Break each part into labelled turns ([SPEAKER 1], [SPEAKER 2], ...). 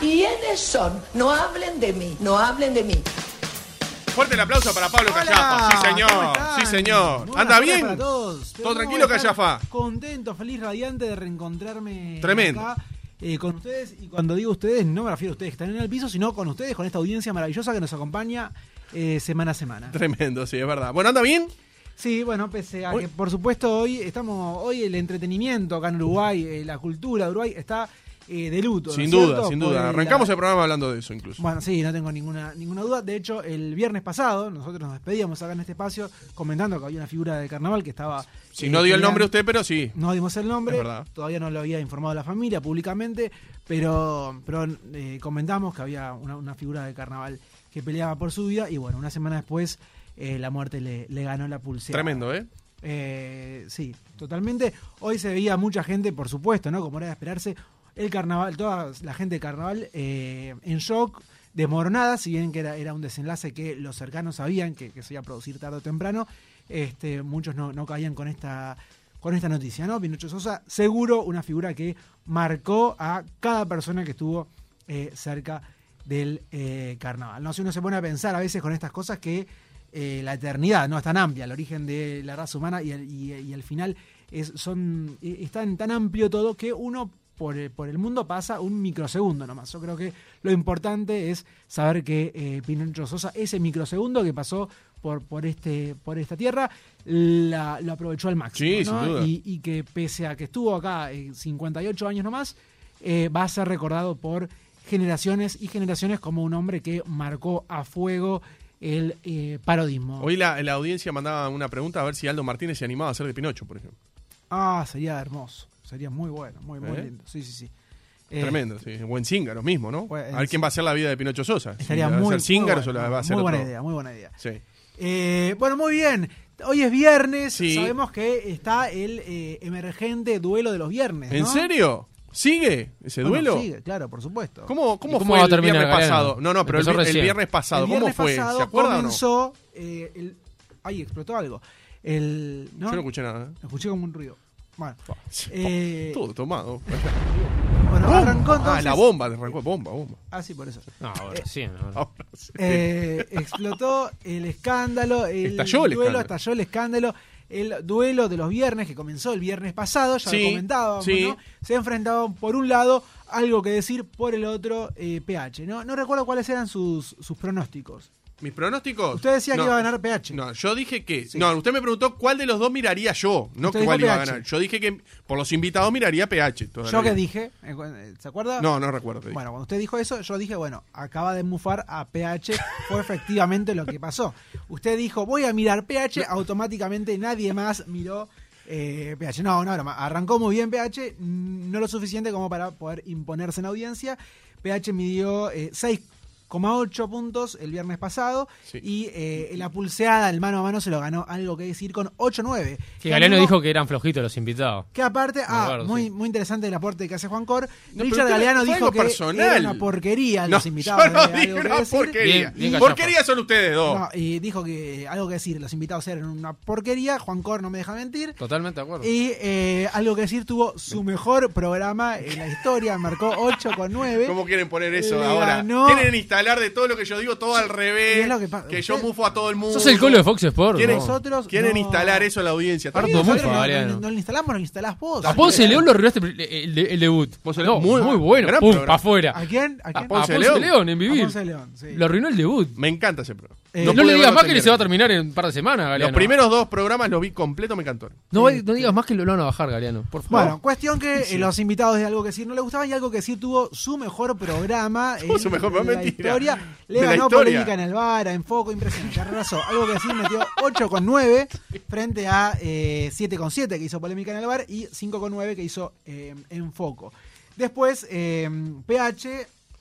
[SPEAKER 1] ¿Quiénes son? No hablen de mí, no hablen de mí.
[SPEAKER 2] Fuerte el aplauso para Pablo
[SPEAKER 3] Hola,
[SPEAKER 2] Callafa. Sí,
[SPEAKER 3] ¿cómo
[SPEAKER 2] señor.
[SPEAKER 3] están?
[SPEAKER 2] Sí, señor.
[SPEAKER 3] Buenas
[SPEAKER 2] ¿Anda
[SPEAKER 3] tardes
[SPEAKER 2] bien?
[SPEAKER 3] para todos. Pero
[SPEAKER 2] ¿Todo
[SPEAKER 3] ¿cómo
[SPEAKER 2] tranquilo,
[SPEAKER 3] están?
[SPEAKER 2] Callafa?
[SPEAKER 3] Contento, feliz, radiante de reencontrarme
[SPEAKER 2] Tremendo.
[SPEAKER 3] acá, eh, con ustedes. Y cuando digo ustedes, no me refiero a ustedes que están en el piso, sino con ustedes, con esta audiencia maravillosa que nos acompaña eh, semana a semana.
[SPEAKER 2] Tremendo, sí, es verdad. Bueno, ¿anda bien?
[SPEAKER 3] Sí, bueno, pese a
[SPEAKER 2] Hoy-
[SPEAKER 3] que, por supuesto, hoy estamos, hoy el entretenimiento acá en Uruguay, eh, la cultura de Uruguay está eh, de luto. ¿no
[SPEAKER 2] Sin
[SPEAKER 3] es
[SPEAKER 2] duda,
[SPEAKER 3] cierto?
[SPEAKER 2] sin
[SPEAKER 3] Por
[SPEAKER 2] duda.
[SPEAKER 3] la-
[SPEAKER 2] Arrancamos el programa hablando de eso incluso.
[SPEAKER 3] Bueno, sí, no tengo ninguna, ninguna duda. De hecho, el viernes pasado nosotros nos despedíamos acá en este espacio comentando que había una figura de carnaval que estaba...
[SPEAKER 2] Si
[SPEAKER 3] eh,
[SPEAKER 2] no dio el
[SPEAKER 3] peleando.
[SPEAKER 2] nombre usted, pero sí.
[SPEAKER 3] No dimos el nombre,
[SPEAKER 2] Es verdad.
[SPEAKER 3] todavía no lo había informado la familia públicamente, pero, pero eh, comentamos que había una, una figura de carnaval que peleaba por su vida y bueno, una semana después eh, la muerte le, le ganó la pulsera.
[SPEAKER 2] Tremendo, ¿eh?
[SPEAKER 3] Eh, sí, totalmente. Hoy se veía mucha gente, por supuesto, ¿no? Como era de esperarse, el carnaval, toda la gente de carnaval eh, en shock, desmoronada, si bien que era, era un desenlace que los cercanos sabían que, que se iba a producir tarde o temprano, este, muchos no, no caían con esta, con esta noticia, ¿no? Pinocho Sosa, seguro una figura que marcó a cada persona que estuvo eh, cerca del eh, carnaval. No sé, uno se pone a pensar a veces con estas cosas que eh, la eternidad no es tan amplia, el origen de la raza humana y el, y- y el final es, son, e- es tan, tan amplio todo que uno por el, por el mundo pasa un microsegundo nomás. Yo creo que lo importante es saber que eh, Pinocho Sosa, ese microsegundo que pasó por, por, este, por esta tierra, la- lo aprovechó al máximo.
[SPEAKER 2] Sí,
[SPEAKER 3] ¿no?
[SPEAKER 2] sin duda.
[SPEAKER 3] Y, y que pese a que estuvo acá eh, 58 años nomás, eh, va a ser recordado por generaciones y generaciones como un hombre que marcó a fuego el eh, parodismo.
[SPEAKER 2] Hoy la, la audiencia mandaba una pregunta a ver si Aldo Martínez se animaba a hacer de Pinocho, por ejemplo.
[SPEAKER 3] Ah, sería hermoso. Sería muy bueno, muy, muy
[SPEAKER 2] ¿Eh?
[SPEAKER 3] lindo. Sí, sí, sí. Eh,
[SPEAKER 2] Tremendo, sí. Buen Zíngaro mismo, ¿no?
[SPEAKER 3] Bueno,
[SPEAKER 2] a ver quién
[SPEAKER 3] sí.
[SPEAKER 2] va a ser la vida de Pinocho Sosa. Si
[SPEAKER 3] Estaría
[SPEAKER 2] la va a
[SPEAKER 3] muy,
[SPEAKER 2] hacer Zíngaro
[SPEAKER 3] muy
[SPEAKER 2] o la
[SPEAKER 3] bueno,
[SPEAKER 2] va a hacer
[SPEAKER 3] Muy buena
[SPEAKER 2] otro.
[SPEAKER 3] idea, muy buena idea.
[SPEAKER 2] Sí.
[SPEAKER 3] Eh, bueno, muy bien. Hoy es viernes.
[SPEAKER 2] Sí.
[SPEAKER 3] Sabemos que está el eh, emergente duelo de los viernes.
[SPEAKER 2] ¿En
[SPEAKER 3] ¿no?
[SPEAKER 2] serio? ¿Sigue ese
[SPEAKER 3] Bueno,
[SPEAKER 2] duelo?
[SPEAKER 3] sigue, claro, por supuesto.
[SPEAKER 2] ¿Cómo, cómo,
[SPEAKER 4] ¿Y cómo
[SPEAKER 2] fue
[SPEAKER 4] va a
[SPEAKER 2] el
[SPEAKER 4] terminar,
[SPEAKER 2] viernes
[SPEAKER 4] Galeano?
[SPEAKER 2] pasado? No, no, pero el,
[SPEAKER 4] Empezó
[SPEAKER 2] vi- el
[SPEAKER 4] recién.
[SPEAKER 2] viernes pasado,
[SPEAKER 3] El
[SPEAKER 2] ¿cómo
[SPEAKER 3] viernes
[SPEAKER 2] fue?
[SPEAKER 3] pasado
[SPEAKER 2] ¿Se acuerda o no? Yo
[SPEAKER 3] comenzó, eh, el- ay, explotó algo. El, ¿no?
[SPEAKER 2] no escuché nada. ¿eh?
[SPEAKER 3] Escuché como un ruido. Bueno,
[SPEAKER 2] Eh,
[SPEAKER 3] Eh,
[SPEAKER 2] Todo tomado.
[SPEAKER 3] bueno
[SPEAKER 2] ¡Bomba!
[SPEAKER 3] arrancó
[SPEAKER 2] Ah,
[SPEAKER 3] entonces-
[SPEAKER 2] la bomba, arrancó. Bomba, bomba.
[SPEAKER 3] Ah, sí, por eso.
[SPEAKER 4] No, ahora sí, ahora.
[SPEAKER 2] Ahora sí.
[SPEAKER 3] Eh, explotó el escándalo, el
[SPEAKER 2] Estalló el
[SPEAKER 3] duelo,
[SPEAKER 2] escándalo.
[SPEAKER 3] estalló el escándalo, el duelo de los viernes que comenzó el viernes pasado, ya
[SPEAKER 2] Sí,
[SPEAKER 3] lo comentábamos,
[SPEAKER 2] sí.
[SPEAKER 3] ¿no? Se enfrentaban por un lado, algo que decir, por el otro, eh, PH, ¿no? No recuerdo cuáles eran sus, sus pronósticos.
[SPEAKER 2] ¿Mis pronósticos?
[SPEAKER 3] Usted decía
[SPEAKER 2] No,
[SPEAKER 3] que iba a ganar PH.
[SPEAKER 2] No, yo dije que. No, usted me preguntó cuál de los dos miraría yo, no
[SPEAKER 3] Usted
[SPEAKER 2] cuál
[SPEAKER 3] dijo
[SPEAKER 2] iba a
[SPEAKER 3] PH.
[SPEAKER 2] ganar. Yo dije que por los invitados miraría PH. toda la
[SPEAKER 3] Yo que
[SPEAKER 2] vida.
[SPEAKER 3] dije, eh, cu- eh, ¿se acuerda?
[SPEAKER 2] No, no recuerdo. dije.
[SPEAKER 3] Bueno, cuando usted dijo eso, yo dije, bueno, acaba de mufar a PH, fue efectivamente lo que pasó. Usted dijo, voy a mirar PH, automáticamente nadie más miró eh, PH. No, no, broma. arrancó muy bien PH, mm, no lo suficiente como para poder imponerse en audiencia. PH midió eh, 6,8 puntos el viernes pasado
[SPEAKER 2] Sí.
[SPEAKER 3] y eh, la pulseada, el mano a mano, se lo ganó algo que decir con 8-9.
[SPEAKER 4] Que Galeano
[SPEAKER 3] animó-
[SPEAKER 4] dijo que eran flojitos los invitados.
[SPEAKER 3] que aparte, ah,
[SPEAKER 4] acuerdo,
[SPEAKER 3] muy,
[SPEAKER 4] sí.
[SPEAKER 3] muy interesante el aporte que hace Juan Cor.
[SPEAKER 2] No, pero
[SPEAKER 3] Richard
[SPEAKER 2] fue-
[SPEAKER 3] Galeano
[SPEAKER 2] fue
[SPEAKER 3] dijo
[SPEAKER 2] algo
[SPEAKER 3] que
[SPEAKER 2] personal.
[SPEAKER 3] era una porquería
[SPEAKER 2] No,
[SPEAKER 3] los invitados.
[SPEAKER 2] yo no
[SPEAKER 3] era
[SPEAKER 2] dije
[SPEAKER 3] algo que
[SPEAKER 2] una
[SPEAKER 3] decir.
[SPEAKER 2] porquería.
[SPEAKER 4] Bien, bien cachafa.
[SPEAKER 2] porquería son ustedes dos.
[SPEAKER 3] No, eh, y dijo que algo que decir, los invitados eran una porquería. Juan Cor no me deja mentir.
[SPEAKER 4] Totalmente de acuerdo.
[SPEAKER 3] Y eh, algo que decir, tuvo su mejor programa en la historia, marcó 8 con 9.
[SPEAKER 2] ¿Cómo quieren poner eso
[SPEAKER 3] Le
[SPEAKER 2] ahora?
[SPEAKER 3] ganó-
[SPEAKER 2] Quieren instalar de todo lo que yo digo todo al
[SPEAKER 3] Y
[SPEAKER 2] revés.
[SPEAKER 3] es lo que pasa.
[SPEAKER 2] yo
[SPEAKER 3] Usted-
[SPEAKER 2] mufo a todo el mundo.
[SPEAKER 4] ¿Sos el colo de Fox Sports?
[SPEAKER 2] ¿Quieren,
[SPEAKER 4] no?
[SPEAKER 3] Nosotros
[SPEAKER 2] quieren
[SPEAKER 3] no.
[SPEAKER 2] instalar eso a la audiencia.
[SPEAKER 3] Aparte,
[SPEAKER 4] Harto
[SPEAKER 3] nosotros
[SPEAKER 4] mufa,
[SPEAKER 3] no- no,
[SPEAKER 4] Galeano.
[SPEAKER 3] no lo instalamos, lo instalás vos.
[SPEAKER 4] A Ponce León lo arruinaste el, el- el debut.
[SPEAKER 2] Ponce
[SPEAKER 4] No,
[SPEAKER 2] León,
[SPEAKER 4] muy,
[SPEAKER 2] gran-
[SPEAKER 4] muy bueno.
[SPEAKER 2] gran
[SPEAKER 4] Pum,
[SPEAKER 2] programa.
[SPEAKER 4] para afuera.
[SPEAKER 3] ¿A quién? ¿A quién?
[SPEAKER 4] A Ponce León. en
[SPEAKER 3] A
[SPEAKER 4] vivir.
[SPEAKER 3] Ponce León, sí.
[SPEAKER 4] Lo arruinó el debut.
[SPEAKER 2] Me encanta ese programa.
[SPEAKER 3] Eh,
[SPEAKER 4] no
[SPEAKER 2] pude
[SPEAKER 4] le digas
[SPEAKER 2] verlo
[SPEAKER 4] más que
[SPEAKER 2] este
[SPEAKER 4] se va a
[SPEAKER 2] viernes.
[SPEAKER 4] terminar en un par de semanas, Galeano.
[SPEAKER 2] Los primeros dos programas los vi completo, me encantó.
[SPEAKER 4] No, no digas más que lo, lo van a bajar, Galeano. Por favor.
[SPEAKER 3] Bueno, cuestión que eh, los invitados de Algo que decir no le gustaban y Algo que decir tuvo su mejor programa
[SPEAKER 2] Tuvo
[SPEAKER 3] en
[SPEAKER 2] su mejor programa,
[SPEAKER 3] la
[SPEAKER 2] mentira.
[SPEAKER 3] historia. Le
[SPEAKER 2] De la
[SPEAKER 3] ganó
[SPEAKER 2] historia.
[SPEAKER 3] polémica en el bar, en foco, impresionante. Arrasó. Algo que decir metió 8,9 frente a eh, 7,7 que hizo polémica en el bar y 5,9 que hizo eh, en foco. Después, eh, PH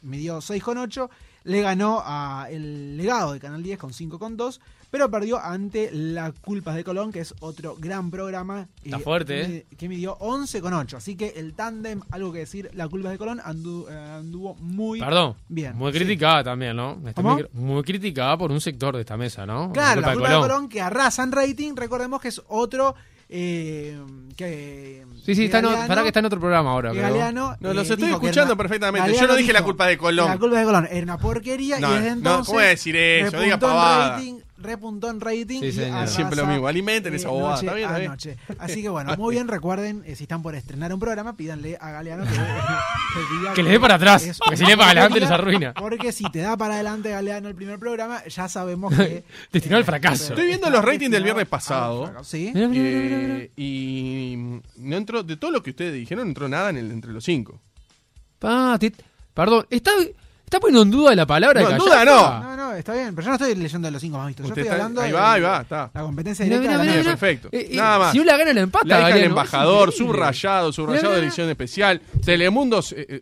[SPEAKER 3] midió 6,8. Le ganó a El Legado de Canal 10 con 5,2. Pero perdió ante Las Culpas de Colón, que es otro gran programa.
[SPEAKER 4] Está fuerte,
[SPEAKER 3] que
[SPEAKER 4] ¿eh?
[SPEAKER 3] mide- Que midió 11,8. Así que el tándem, algo que decir, Las Culpas de Colón andu- eh, anduvo, muy
[SPEAKER 4] Perdón.
[SPEAKER 3] bien.
[SPEAKER 4] Muy
[SPEAKER 3] Sí.
[SPEAKER 4] criticada también, ¿no? Este
[SPEAKER 3] ¿Cómo?
[SPEAKER 4] micro- muy criticada por un sector de esta mesa, ¿no?
[SPEAKER 3] Claro,
[SPEAKER 4] La
[SPEAKER 3] la
[SPEAKER 4] culpa
[SPEAKER 3] culpa
[SPEAKER 4] de
[SPEAKER 3] de Colón que arrasan rating, recordemos que es otro eh, que
[SPEAKER 4] Sí, sí, está en, o-
[SPEAKER 3] Galeano-
[SPEAKER 4] pará que está en otro programa ahora.
[SPEAKER 3] que
[SPEAKER 4] pero-
[SPEAKER 3] Galeano,
[SPEAKER 2] No, los
[SPEAKER 3] eh,
[SPEAKER 2] estoy
[SPEAKER 3] dijo que
[SPEAKER 2] escuchando
[SPEAKER 3] era-
[SPEAKER 2] perfectamente. Yo no dije la
[SPEAKER 3] dijo
[SPEAKER 2] culpa de Colón.
[SPEAKER 3] La culpa de Colón era una porquería
[SPEAKER 2] No,
[SPEAKER 3] y desde
[SPEAKER 2] no,
[SPEAKER 3] entonces
[SPEAKER 2] ¿cómo voy a decir eso?
[SPEAKER 3] repuntó
[SPEAKER 2] Diga
[SPEAKER 3] en
[SPEAKER 2] pavada.
[SPEAKER 3] rating, repuntó en rating
[SPEAKER 4] Sí,
[SPEAKER 3] y
[SPEAKER 4] señor.
[SPEAKER 3] arrasa,
[SPEAKER 2] Siempre lo mismo. Alimenten esa bobada.
[SPEAKER 3] noche
[SPEAKER 2] Está bien,
[SPEAKER 3] a
[SPEAKER 2] está bien.
[SPEAKER 3] noche. Así que bueno, muy bien, recuerden, eh, si están por estrenar un programa, pídanle a Galeano que, que diga
[SPEAKER 4] Que le dé para atrás,
[SPEAKER 3] es
[SPEAKER 4] porque si
[SPEAKER 3] una
[SPEAKER 4] le da para adelante
[SPEAKER 3] porquería,
[SPEAKER 4] los arruina.
[SPEAKER 3] Porque si te da para adelante Galeano el primer programa, ya sabemos que
[SPEAKER 4] Destinado al fracaso.
[SPEAKER 2] Estoy viendo los ratings del viernes pasado.
[SPEAKER 3] Sí.
[SPEAKER 4] Mirá, mirá, mirá, mirá, mirá.
[SPEAKER 2] Eh, y mm, no entró, de todo lo que ustedes dijeron, no entró nada en el- entre los cinco.
[SPEAKER 4] Pa, te- perdón, ¿está, está poniendo en duda la palabra
[SPEAKER 2] No,
[SPEAKER 4] de
[SPEAKER 2] en duda
[SPEAKER 4] Callafa?
[SPEAKER 3] No, no, está bien, pero yo no estoy leyendo los cinco más vistos. Yo
[SPEAKER 2] Usted
[SPEAKER 3] estoy
[SPEAKER 2] está-
[SPEAKER 3] hablando
[SPEAKER 2] ahí
[SPEAKER 3] de
[SPEAKER 2] va, ahí va, está.
[SPEAKER 3] la competencia
[SPEAKER 4] Mirá,
[SPEAKER 3] directa
[SPEAKER 4] mirá,
[SPEAKER 3] de la
[SPEAKER 4] mirá,
[SPEAKER 3] mesa.
[SPEAKER 4] mirá.
[SPEAKER 2] perfecto.
[SPEAKER 4] Eh, eh,
[SPEAKER 2] Nada más.
[SPEAKER 4] Si no la gana, la empata.
[SPEAKER 2] La hija del
[SPEAKER 4] Galeano, es
[SPEAKER 2] embajador,
[SPEAKER 4] increíble.
[SPEAKER 2] subrayado, subrayado
[SPEAKER 4] Mirá,
[SPEAKER 2] de
[SPEAKER 4] mirá,
[SPEAKER 2] edición especial. Telemundo, eh, eh,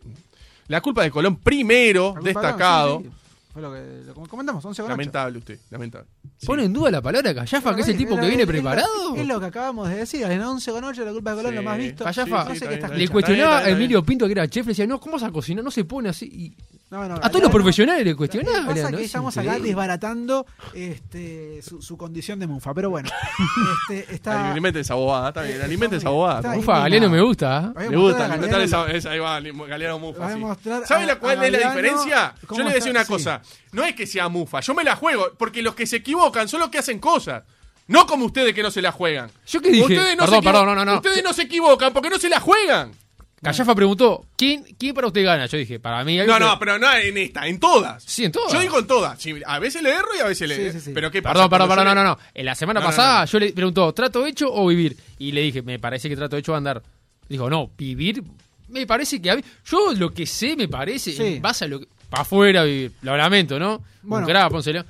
[SPEAKER 2] la culpa de Colón, primero,
[SPEAKER 3] La culpa,
[SPEAKER 2] destacado.
[SPEAKER 3] no, sí, sí, Fue lo que lo comentamos, 11 con ocho.
[SPEAKER 2] Lamentable usted, lamentable. Sí.
[SPEAKER 4] Pone en duda la palabra de Callafa, que es el tipo
[SPEAKER 3] Pero
[SPEAKER 4] que
[SPEAKER 3] es-
[SPEAKER 4] viene
[SPEAKER 3] es lo-
[SPEAKER 4] preparado. Ah,
[SPEAKER 3] Es lo que acabamos de decir, en 11 con 8 la culpa de Colón
[SPEAKER 2] Sí.
[SPEAKER 3] lo más visto.
[SPEAKER 4] Callafa.
[SPEAKER 3] no sé qué
[SPEAKER 2] Sí, sí,
[SPEAKER 3] estás
[SPEAKER 2] está
[SPEAKER 4] Le
[SPEAKER 2] bien,
[SPEAKER 3] escuchando.
[SPEAKER 4] cuestionaba
[SPEAKER 2] está
[SPEAKER 4] a
[SPEAKER 2] bien.
[SPEAKER 4] Emilio Pinto, que era chef, le decía, no, ¿cómo vas a cocinar? No se pone así. Y
[SPEAKER 3] No, no,
[SPEAKER 4] a todos los
[SPEAKER 3] Galeano-
[SPEAKER 4] profesionales le
[SPEAKER 3] Lo que
[SPEAKER 4] cuestionaba.
[SPEAKER 3] pasa
[SPEAKER 4] Galeano,
[SPEAKER 3] es que
[SPEAKER 4] es
[SPEAKER 3] estamos acá
[SPEAKER 4] increíble.
[SPEAKER 3] desbaratando este, su, su condición de mufa, pero bueno. este, está,
[SPEAKER 2] Alimente esa bobada, está bien, alimente esa
[SPEAKER 3] Está
[SPEAKER 2] bobada.
[SPEAKER 3] bien.
[SPEAKER 4] Ufa, Galeano me gusta.
[SPEAKER 3] Voy a
[SPEAKER 4] ¿eh?
[SPEAKER 2] Le
[SPEAKER 3] mostrar
[SPEAKER 2] gusta
[SPEAKER 3] a
[SPEAKER 2] alimentar
[SPEAKER 3] Galeano
[SPEAKER 2] esa, esa- ahí va, lim- Galeano Mufa.
[SPEAKER 3] Va a
[SPEAKER 2] sí.
[SPEAKER 3] mostrar
[SPEAKER 2] ¿Sabe
[SPEAKER 3] a-
[SPEAKER 2] la, cuál
[SPEAKER 3] a
[SPEAKER 2] es la
[SPEAKER 3] Galeano
[SPEAKER 2] diferencia? Yo
[SPEAKER 3] cómo
[SPEAKER 2] le voy a decir
[SPEAKER 3] está-
[SPEAKER 2] una
[SPEAKER 3] sí.
[SPEAKER 2] cosa. No es que sea Mufa, yo me la juego, porque los que se equivocan son los que hacen cosas. No como ustedes que no se la juegan.
[SPEAKER 4] ¿Yo qué dije?
[SPEAKER 2] Ustedes no
[SPEAKER 4] Perdón,
[SPEAKER 2] se equivo-
[SPEAKER 4] perdón, no, no, no.
[SPEAKER 2] Ustedes no se equivocan porque no se la juegan.
[SPEAKER 4] Callafa preguntó, ¿quién, ¿quién para usted gana? Yo dije, para mí.
[SPEAKER 2] No, no, pero no en esta, en todas.
[SPEAKER 4] Sí, en todas.
[SPEAKER 2] Yo digo en todas. Sí, a veces le erro y a veces le.
[SPEAKER 3] Sí, sí, sí.
[SPEAKER 2] Pero qué pasa.
[SPEAKER 4] Perdón, perdón,
[SPEAKER 2] Cuando
[SPEAKER 4] perdón,
[SPEAKER 2] yo
[SPEAKER 4] no, no,
[SPEAKER 2] le-
[SPEAKER 4] no. En la semana
[SPEAKER 2] No, no,
[SPEAKER 4] pasada
[SPEAKER 2] no.
[SPEAKER 4] yo le preguntó, ¿trato hecho o vivir? Y le dije, me parece que trato hecho va a andar. Dijo, no, vivir, me parece que a mí- Yo lo que sé, me parece,
[SPEAKER 3] Sí.
[SPEAKER 4] en base a lo que. Para afuera vivir. Lo lamento, ¿no?
[SPEAKER 3] Bueno.
[SPEAKER 4] Un crack, Ponce León.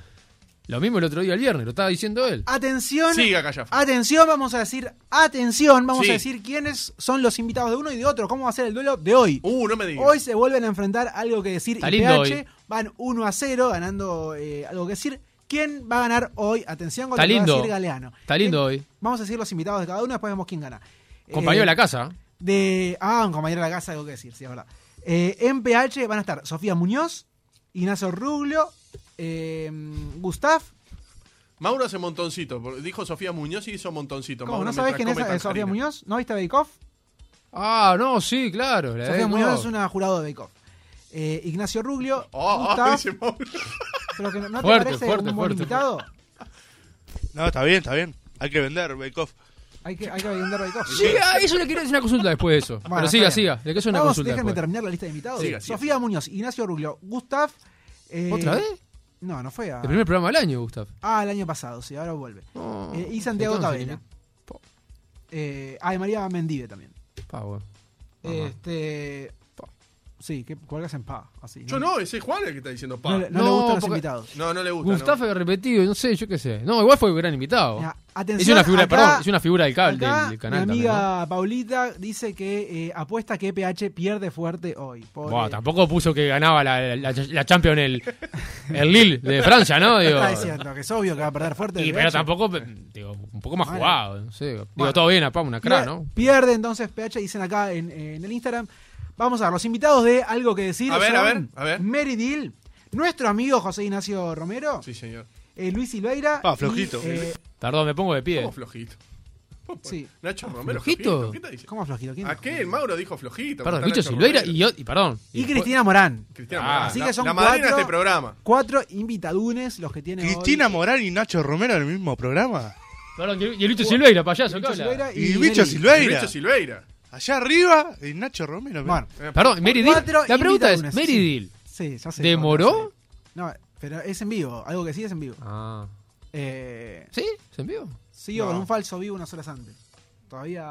[SPEAKER 4] Lo mismo el otro día, el viernes, lo estaba diciendo él.
[SPEAKER 3] Eh, Atención.
[SPEAKER 2] Siga, Callafa.
[SPEAKER 3] Atención, vamos a decir, atención, vamos
[SPEAKER 2] Sí.
[SPEAKER 3] a decir quiénes son los invitados de uno y de otro. ¿Cómo va a ser el duelo de hoy?
[SPEAKER 2] Uh, no me digas.
[SPEAKER 3] Hoy se vuelven a enfrentar algo que decir
[SPEAKER 4] Está
[SPEAKER 3] y
[SPEAKER 4] lindo
[SPEAKER 3] PH.
[SPEAKER 4] hoy.
[SPEAKER 3] Van 1 a 0, ganando eh, algo que decir. ¿Quién va a ganar hoy? Atención con
[SPEAKER 4] Está
[SPEAKER 3] lo que va a
[SPEAKER 4] lindo.
[SPEAKER 3] decir Galeano.
[SPEAKER 4] Está lindo
[SPEAKER 3] ¿Quién-
[SPEAKER 4] hoy.
[SPEAKER 3] Vamos a decir los invitados de cada uno, después vemos quién gana.
[SPEAKER 4] Compañero
[SPEAKER 3] Eh,
[SPEAKER 4] de la casa.
[SPEAKER 3] de. Ah, un compañero de la casa, algo que decir, sí, es verdad. Eh, en PH van a estar Sofía Muñoz, Ignacio Ruglio, eh, Gustav.
[SPEAKER 2] Mauro hace montoncito. porque Dijo Sofía Muñoz y hizo montoncito.
[SPEAKER 3] ¿Cómo,
[SPEAKER 2] Mauro
[SPEAKER 3] ¿No sabés
[SPEAKER 2] mientras
[SPEAKER 3] quién es
[SPEAKER 2] come
[SPEAKER 3] eh, Sofía
[SPEAKER 2] tangerina.
[SPEAKER 3] Muñoz? ¿No viste Bake Off?
[SPEAKER 4] Ah, no, sí, claro. la
[SPEAKER 3] Sofía
[SPEAKER 4] de-
[SPEAKER 3] Muñoz
[SPEAKER 4] Eh, no.
[SPEAKER 3] es una jurado de Bake Off. Eh, Ignacio Ruglio,
[SPEAKER 2] Oh, oh,
[SPEAKER 3] Gustav,
[SPEAKER 2] dice Mauro.
[SPEAKER 3] pero que no, ¿no te
[SPEAKER 4] Fuerte,
[SPEAKER 3] parece
[SPEAKER 4] fuerte,
[SPEAKER 3] un buen
[SPEAKER 4] fuerte,
[SPEAKER 3] invitado?
[SPEAKER 5] No, está bien, está bien. Hay que vender, Bake Off.
[SPEAKER 3] Hay que, hay que vender Bake Off.
[SPEAKER 4] Sí, ah, eso le quiero hacer una consulta después de eso.
[SPEAKER 3] Bueno,
[SPEAKER 4] pero
[SPEAKER 3] está
[SPEAKER 4] siga,
[SPEAKER 3] bien.
[SPEAKER 4] siga. Le quiero hacer una
[SPEAKER 3] Vamos,
[SPEAKER 4] consulta.
[SPEAKER 3] déjenme
[SPEAKER 4] después.
[SPEAKER 3] terminar la lista de invitados.
[SPEAKER 2] Siga, siga,
[SPEAKER 3] Sofía Muñoz, Ignacio Ruglio, Gustav. eh,
[SPEAKER 4] ¿Otra vez?
[SPEAKER 3] No, no fue a.
[SPEAKER 4] El primer programa del año, Gustav.
[SPEAKER 3] Ah, el año pasado, sí, ahora vuelve.
[SPEAKER 4] Oh,
[SPEAKER 3] Eh, y Santiago
[SPEAKER 4] entonces,
[SPEAKER 3] Tabela.
[SPEAKER 4] Po-
[SPEAKER 3] Eh, ah, y María Mendive también.
[SPEAKER 4] pa, bueno. Ajá.
[SPEAKER 3] Este. Sí, que cuelgas en pa. Así,
[SPEAKER 2] Yo no, ese es Juan el que está diciendo pa.
[SPEAKER 3] No, le- no le
[SPEAKER 4] No,
[SPEAKER 3] gustan los
[SPEAKER 4] porque-
[SPEAKER 3] invitados.
[SPEAKER 2] No, no le gusta.
[SPEAKER 4] Gustav había repetido, no sé, yo qué sé. No, igual fue un gran invitado.
[SPEAKER 3] Mira,
[SPEAKER 4] es
[SPEAKER 3] atención,
[SPEAKER 4] una figura,
[SPEAKER 3] acá-
[SPEAKER 4] perdón, es una figura del cable
[SPEAKER 3] acá
[SPEAKER 4] del, del canal
[SPEAKER 3] Mi
[SPEAKER 4] también.
[SPEAKER 3] amiga
[SPEAKER 4] ¿no?
[SPEAKER 3] Paulita dice que eh, apuesta que EPH pierde fuerte hoy. Pobre.
[SPEAKER 4] Buah, tampoco puso que ganaba la, la, la Champions el, el Lille de Francia, ¿no? Digo,
[SPEAKER 3] Está diciendo que es obvio que va a perder fuerte. E
[SPEAKER 4] y,
[SPEAKER 3] EPH.
[SPEAKER 4] pero tampoco, digo, un poco más
[SPEAKER 3] Bueno.
[SPEAKER 4] jugado, no sé. Digo,
[SPEAKER 3] Bueno.
[SPEAKER 4] todo bien, apá, una cra,
[SPEAKER 3] Pier-
[SPEAKER 4] ¿no?
[SPEAKER 3] Pierde entonces PH, dicen acá en, en el Instagram. Vamos a ver, los invitados de algo que decir.
[SPEAKER 2] A ver,
[SPEAKER 3] son
[SPEAKER 2] a ver, a ver.
[SPEAKER 3] Mary Deal, nuestro amigo José Ignacio Romero,
[SPEAKER 2] Sí, señor.
[SPEAKER 3] eh, Luis Silveira.
[SPEAKER 5] Ah, flojito.
[SPEAKER 3] y, eh,
[SPEAKER 4] Perdón, me pongo de pie.
[SPEAKER 2] ¿Cómo flojito?
[SPEAKER 3] Sí.
[SPEAKER 2] Nacho Romero.
[SPEAKER 4] ¿Flojito?
[SPEAKER 2] ¿Qué está diciendo?
[SPEAKER 3] ¿Cómo flojito? ¿Quién?
[SPEAKER 2] Aquel Mauro dijo flojito.
[SPEAKER 4] Perdón,
[SPEAKER 2] Está
[SPEAKER 4] Bicho
[SPEAKER 2] Nacho
[SPEAKER 4] Silveira
[SPEAKER 2] Romero.
[SPEAKER 4] y, yo- y perdón.
[SPEAKER 3] Y
[SPEAKER 4] después-
[SPEAKER 3] Cristina Morán.
[SPEAKER 2] Cristiano
[SPEAKER 4] Ah,
[SPEAKER 2] Morán,
[SPEAKER 3] Así
[SPEAKER 2] la-
[SPEAKER 3] que son
[SPEAKER 2] la madrina de
[SPEAKER 3] cuatro,
[SPEAKER 2] este programa.
[SPEAKER 3] cuatro invitadunes los que tiene hoy.
[SPEAKER 5] ¿Cristina Morán y Nacho Romero en el mismo programa?
[SPEAKER 4] Perdón, y y el Bicho Silveira, payaso, ¿qué
[SPEAKER 3] Bicho
[SPEAKER 4] habla?
[SPEAKER 3] Silveira
[SPEAKER 5] Y,
[SPEAKER 3] y
[SPEAKER 5] Bicho
[SPEAKER 3] Mary.
[SPEAKER 5] Silveira.
[SPEAKER 2] Bicho Silveira. Eh,
[SPEAKER 5] Allá arriba, y Nacho Romero.
[SPEAKER 3] Bueno,
[SPEAKER 4] Perdón, Mary Deal.
[SPEAKER 3] cuatro
[SPEAKER 4] La pregunta es,
[SPEAKER 3] invitadunes,
[SPEAKER 4] ¿Mary
[SPEAKER 3] sí.
[SPEAKER 4] Deal
[SPEAKER 3] sí, ya sé.
[SPEAKER 4] demoró?
[SPEAKER 3] No, pero es en vivo, algo que sí es en vivo.
[SPEAKER 4] Ah.
[SPEAKER 3] Eh,
[SPEAKER 4] ¿Sí? ¿Se envió?
[SPEAKER 3] sigo
[SPEAKER 2] No.
[SPEAKER 3] con un falso vivo unas horas antes. Todavía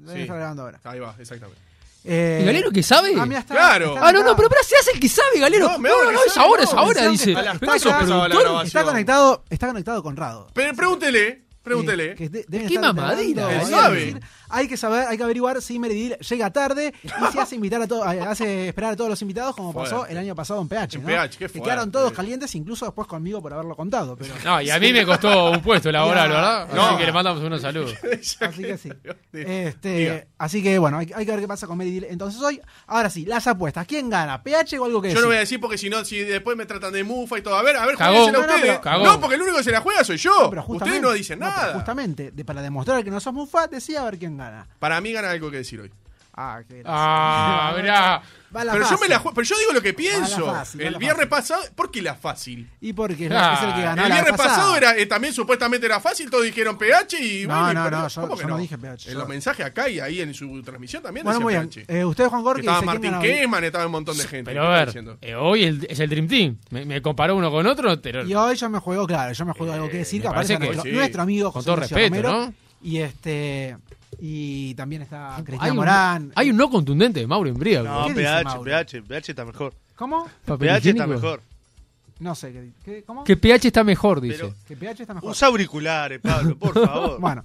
[SPEAKER 3] debe
[SPEAKER 2] Sí.
[SPEAKER 3] estar grabando ahora.
[SPEAKER 2] Ahí va, exactamente.
[SPEAKER 3] Eh,
[SPEAKER 4] ¿Y Galero que sabe?
[SPEAKER 3] Ah, mirá, está-
[SPEAKER 2] Claro.
[SPEAKER 3] está
[SPEAKER 4] Ah, no, no,
[SPEAKER 3] conectado.
[SPEAKER 4] pero pará, se hace el que sabe, Galero.
[SPEAKER 2] No,
[SPEAKER 4] No,
[SPEAKER 2] me
[SPEAKER 4] no,
[SPEAKER 2] da
[SPEAKER 4] no,
[SPEAKER 2] que
[SPEAKER 4] es
[SPEAKER 2] sabe,
[SPEAKER 4] ahora,
[SPEAKER 2] no,
[SPEAKER 4] es ahora,
[SPEAKER 3] decían
[SPEAKER 4] dice.
[SPEAKER 3] que a las
[SPEAKER 4] Pero eso,
[SPEAKER 2] tacas-
[SPEAKER 4] productor,
[SPEAKER 2] la grabación.
[SPEAKER 3] Está conectado, está conectado con Rado.
[SPEAKER 2] Pero pregúntele, pregúntele.
[SPEAKER 3] Eh, que de- deben
[SPEAKER 4] Qué
[SPEAKER 3] estar grabando,
[SPEAKER 4] mamadina,
[SPEAKER 2] él
[SPEAKER 3] deben
[SPEAKER 2] sabe.
[SPEAKER 3] decir, Hay que saber, hay que averiguar si Meredith llega tarde y si hace invitar a todos, hace esperar a todos los invitados, como
[SPEAKER 2] Fuerte.
[SPEAKER 3] pasó el año pasado en PH.
[SPEAKER 2] En
[SPEAKER 3] ¿no?
[SPEAKER 2] PH, qué
[SPEAKER 3] que
[SPEAKER 2] fuerte.
[SPEAKER 3] quedaron todos calientes, incluso después conmigo por haberlo contado. Pero,
[SPEAKER 4] No, y a mí me costó un puesto laboral,
[SPEAKER 3] Ya.
[SPEAKER 4] ¿verdad?
[SPEAKER 3] No.
[SPEAKER 4] Así que le mandamos unos saludos.
[SPEAKER 3] así que sí. Este, así que bueno, hay, hay que ver qué pasa con Meredith entonces hoy. Ahora sí, las apuestas. ¿Quién gana? ¿PH o algo que
[SPEAKER 2] Yo no voy a decir porque si no, si después me tratan de mufa y todo. A ver, a ver,
[SPEAKER 4] Cagón.
[SPEAKER 2] jueguensela
[SPEAKER 4] No, no,
[SPEAKER 2] ustedes.
[SPEAKER 4] pero- Cagón.
[SPEAKER 2] No, porque el único que se la juega soy yo.
[SPEAKER 3] pero
[SPEAKER 2] ustedes no dicen
[SPEAKER 3] pero
[SPEAKER 2] nada.
[SPEAKER 3] justamente, de- para demostrar que no sos mufa, decía a ver quién gana.
[SPEAKER 2] Para mí gana algo que decir hoy.
[SPEAKER 3] Ah, qué
[SPEAKER 4] Ah, mirá.
[SPEAKER 3] Va la
[SPEAKER 2] Pero yo, me
[SPEAKER 3] fácil.
[SPEAKER 2] la juego, pero yo digo lo que pienso.
[SPEAKER 3] Va la fácil, va
[SPEAKER 2] el
[SPEAKER 3] la
[SPEAKER 2] viernes pasado, ¿por qué la fácil?
[SPEAKER 3] Y porque
[SPEAKER 4] Ah,
[SPEAKER 3] es el que ganó
[SPEAKER 2] el
[SPEAKER 3] la vez
[SPEAKER 2] viernes
[SPEAKER 3] pasada.
[SPEAKER 2] pasado era, eh, también supuestamente era fácil, todos dijeron PH y
[SPEAKER 3] No,
[SPEAKER 2] bueno, y
[SPEAKER 3] no,
[SPEAKER 2] perdió.
[SPEAKER 3] no, yo-
[SPEAKER 2] ¿Cómo que
[SPEAKER 3] yo no dije PH,
[SPEAKER 2] En
[SPEAKER 3] yo-
[SPEAKER 2] los mensajes acá y ahí en su transmisión también
[SPEAKER 3] Bueno, muy
[SPEAKER 2] decía
[SPEAKER 3] bien.
[SPEAKER 2] PH.
[SPEAKER 3] Eh, usted, Juan Gorki,
[SPEAKER 2] estaba
[SPEAKER 3] dice quién
[SPEAKER 2] Martín
[SPEAKER 3] ganó.
[SPEAKER 2] Keman, estaba un montón de gente.
[SPEAKER 4] Pero
[SPEAKER 2] ¿Qué
[SPEAKER 4] a
[SPEAKER 2] está
[SPEAKER 4] ver,
[SPEAKER 2] diciendo?
[SPEAKER 4] eh, hoy el- es el Dream Team. Me, me comparó uno con otro, pero
[SPEAKER 3] Y hoy yo me juego, claro, yo me juego algo que decir,
[SPEAKER 4] Eh, me
[SPEAKER 3] que
[SPEAKER 4] parece
[SPEAKER 3] aparece
[SPEAKER 4] que
[SPEAKER 3] nuestro,
[SPEAKER 4] sí.
[SPEAKER 3] nuestro amigo
[SPEAKER 4] Con
[SPEAKER 3] José
[SPEAKER 4] todo
[SPEAKER 3] Ignacio
[SPEAKER 4] respeto,
[SPEAKER 3] Romero.
[SPEAKER 4] ¿no?
[SPEAKER 3] Y este y también está
[SPEAKER 4] hay
[SPEAKER 3] Cristian
[SPEAKER 4] un,
[SPEAKER 3] Morán.
[SPEAKER 4] hay un no contundente de Mauro Embría.
[SPEAKER 5] No,
[SPEAKER 3] ¿Qué dice
[SPEAKER 5] PH,
[SPEAKER 3] Mauro?
[SPEAKER 5] PH, PH está mejor.
[SPEAKER 3] ¿Cómo?
[SPEAKER 5] PH está mejor.
[SPEAKER 3] No sé qué qué- ¿Cómo?
[SPEAKER 4] Que PH está mejor, dice.
[SPEAKER 5] Pero-
[SPEAKER 3] Que PH está mejor.
[SPEAKER 5] Usa auriculares, Pablo, por favor.
[SPEAKER 3] Bueno,